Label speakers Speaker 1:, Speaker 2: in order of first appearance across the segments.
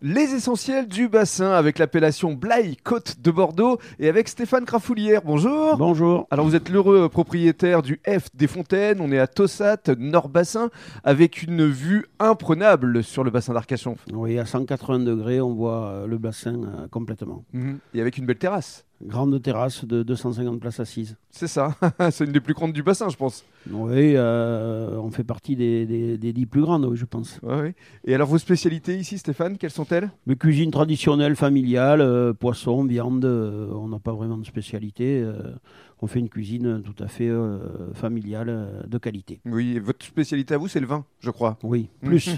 Speaker 1: Les essentiels du bassin avec l'appellation Blaye Côte de Bordeaux et avec Stéphane Crafoulière. Bonjour.
Speaker 2: Bonjour.
Speaker 1: Alors vous êtes l'heureux propriétaire du F des Fontaines. On est à Tossat, Nord Bassin, avec une vue imprenable sur le bassin d'Arcachon.
Speaker 2: Oui, à 180 degrés, on voit euh, le bassin euh, complètement.
Speaker 1: Mhm. Et avec une belle terrasse.
Speaker 2: Grande terrasse de 250 places assises.
Speaker 1: C'est ça. C'est une des plus grandes du bassin, je pense.
Speaker 2: Oui, euh, on fait partie des, des, des dix plus grandes, oui, je pense.
Speaker 1: Ouais, ouais. Et alors vos spécialités ici, Stéphane, quelles sont-elles
Speaker 2: Mais cuisine traditionnelle, familiale, euh, poisson, viande, euh, on n'a pas vraiment de spécialité. euh, on fait une cuisine tout à fait euh, familiale, euh, de qualité.
Speaker 1: Oui, et votre spécialité à vous, c'est le vin, je crois.
Speaker 2: Oui, plus.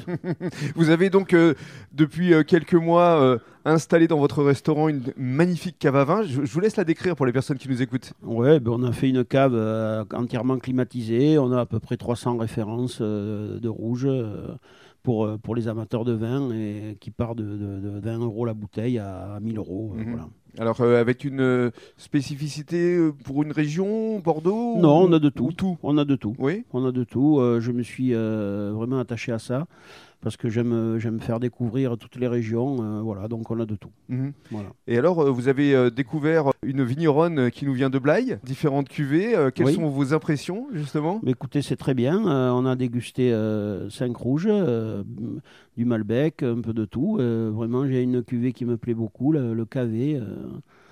Speaker 1: Vous avez donc, euh, depuis euh, quelques mois, euh, installé dans votre restaurant une magnifique cave à vin. Je, je vous laisse la décrire pour les personnes qui nous écoutent.
Speaker 2: Ouais, ben on a fait une cave euh, entièrement climatisée. On a à peu près 300 références euh, de rouge euh, pour, euh, pour les amateurs de vin et qui part de, de- de 20 euros la bouteille à 1000 euros. euh,
Speaker 1: Mhm.
Speaker 2: voilà.
Speaker 1: Alors, euh, avec une euh, spécificité euh, pour une région, Bordeaux
Speaker 2: Non,
Speaker 1: ou-
Speaker 2: on a de tout.
Speaker 1: ou tout.
Speaker 2: On a de tout.
Speaker 1: Oui,
Speaker 2: On a de tout. Euh, je me suis euh, vraiment attaché à ça parce que j'aime euh, j'aime faire découvrir toutes les régions. euh, voilà, donc on a de tout.
Speaker 1: Mhm.
Speaker 2: Voilà.
Speaker 1: Et alors, euh, vous avez euh, découvert une vigneronne euh, qui nous vient de Blaye, différentes cuvées. Euh, quelles
Speaker 2: Oui.
Speaker 1: sont vos impressions, justement
Speaker 2: Mais écoutez, c'est très bien. Euh, on a dégusté euh, cinq rouges, euh, du Malbec, un peu de tout. Euh, vraiment, j'ai une cuvée qui me plaît beaucoup, le, le cavé, euh,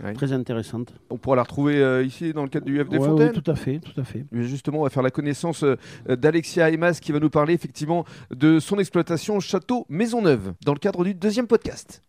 Speaker 1: Ouais.
Speaker 2: très intéressante.
Speaker 1: On pourra la retrouver euh, ici, dans le cadre du F des
Speaker 2: Ouais,
Speaker 1: Fontaines
Speaker 2: ouais, tout à fait, tout à fait.
Speaker 1: Mais Justement, on va faire la connaissance euh, d'Alexia Emas qui va nous parler effectivement de son exploitation au Château Maisonneuve dans le cadre du deuxième podcast.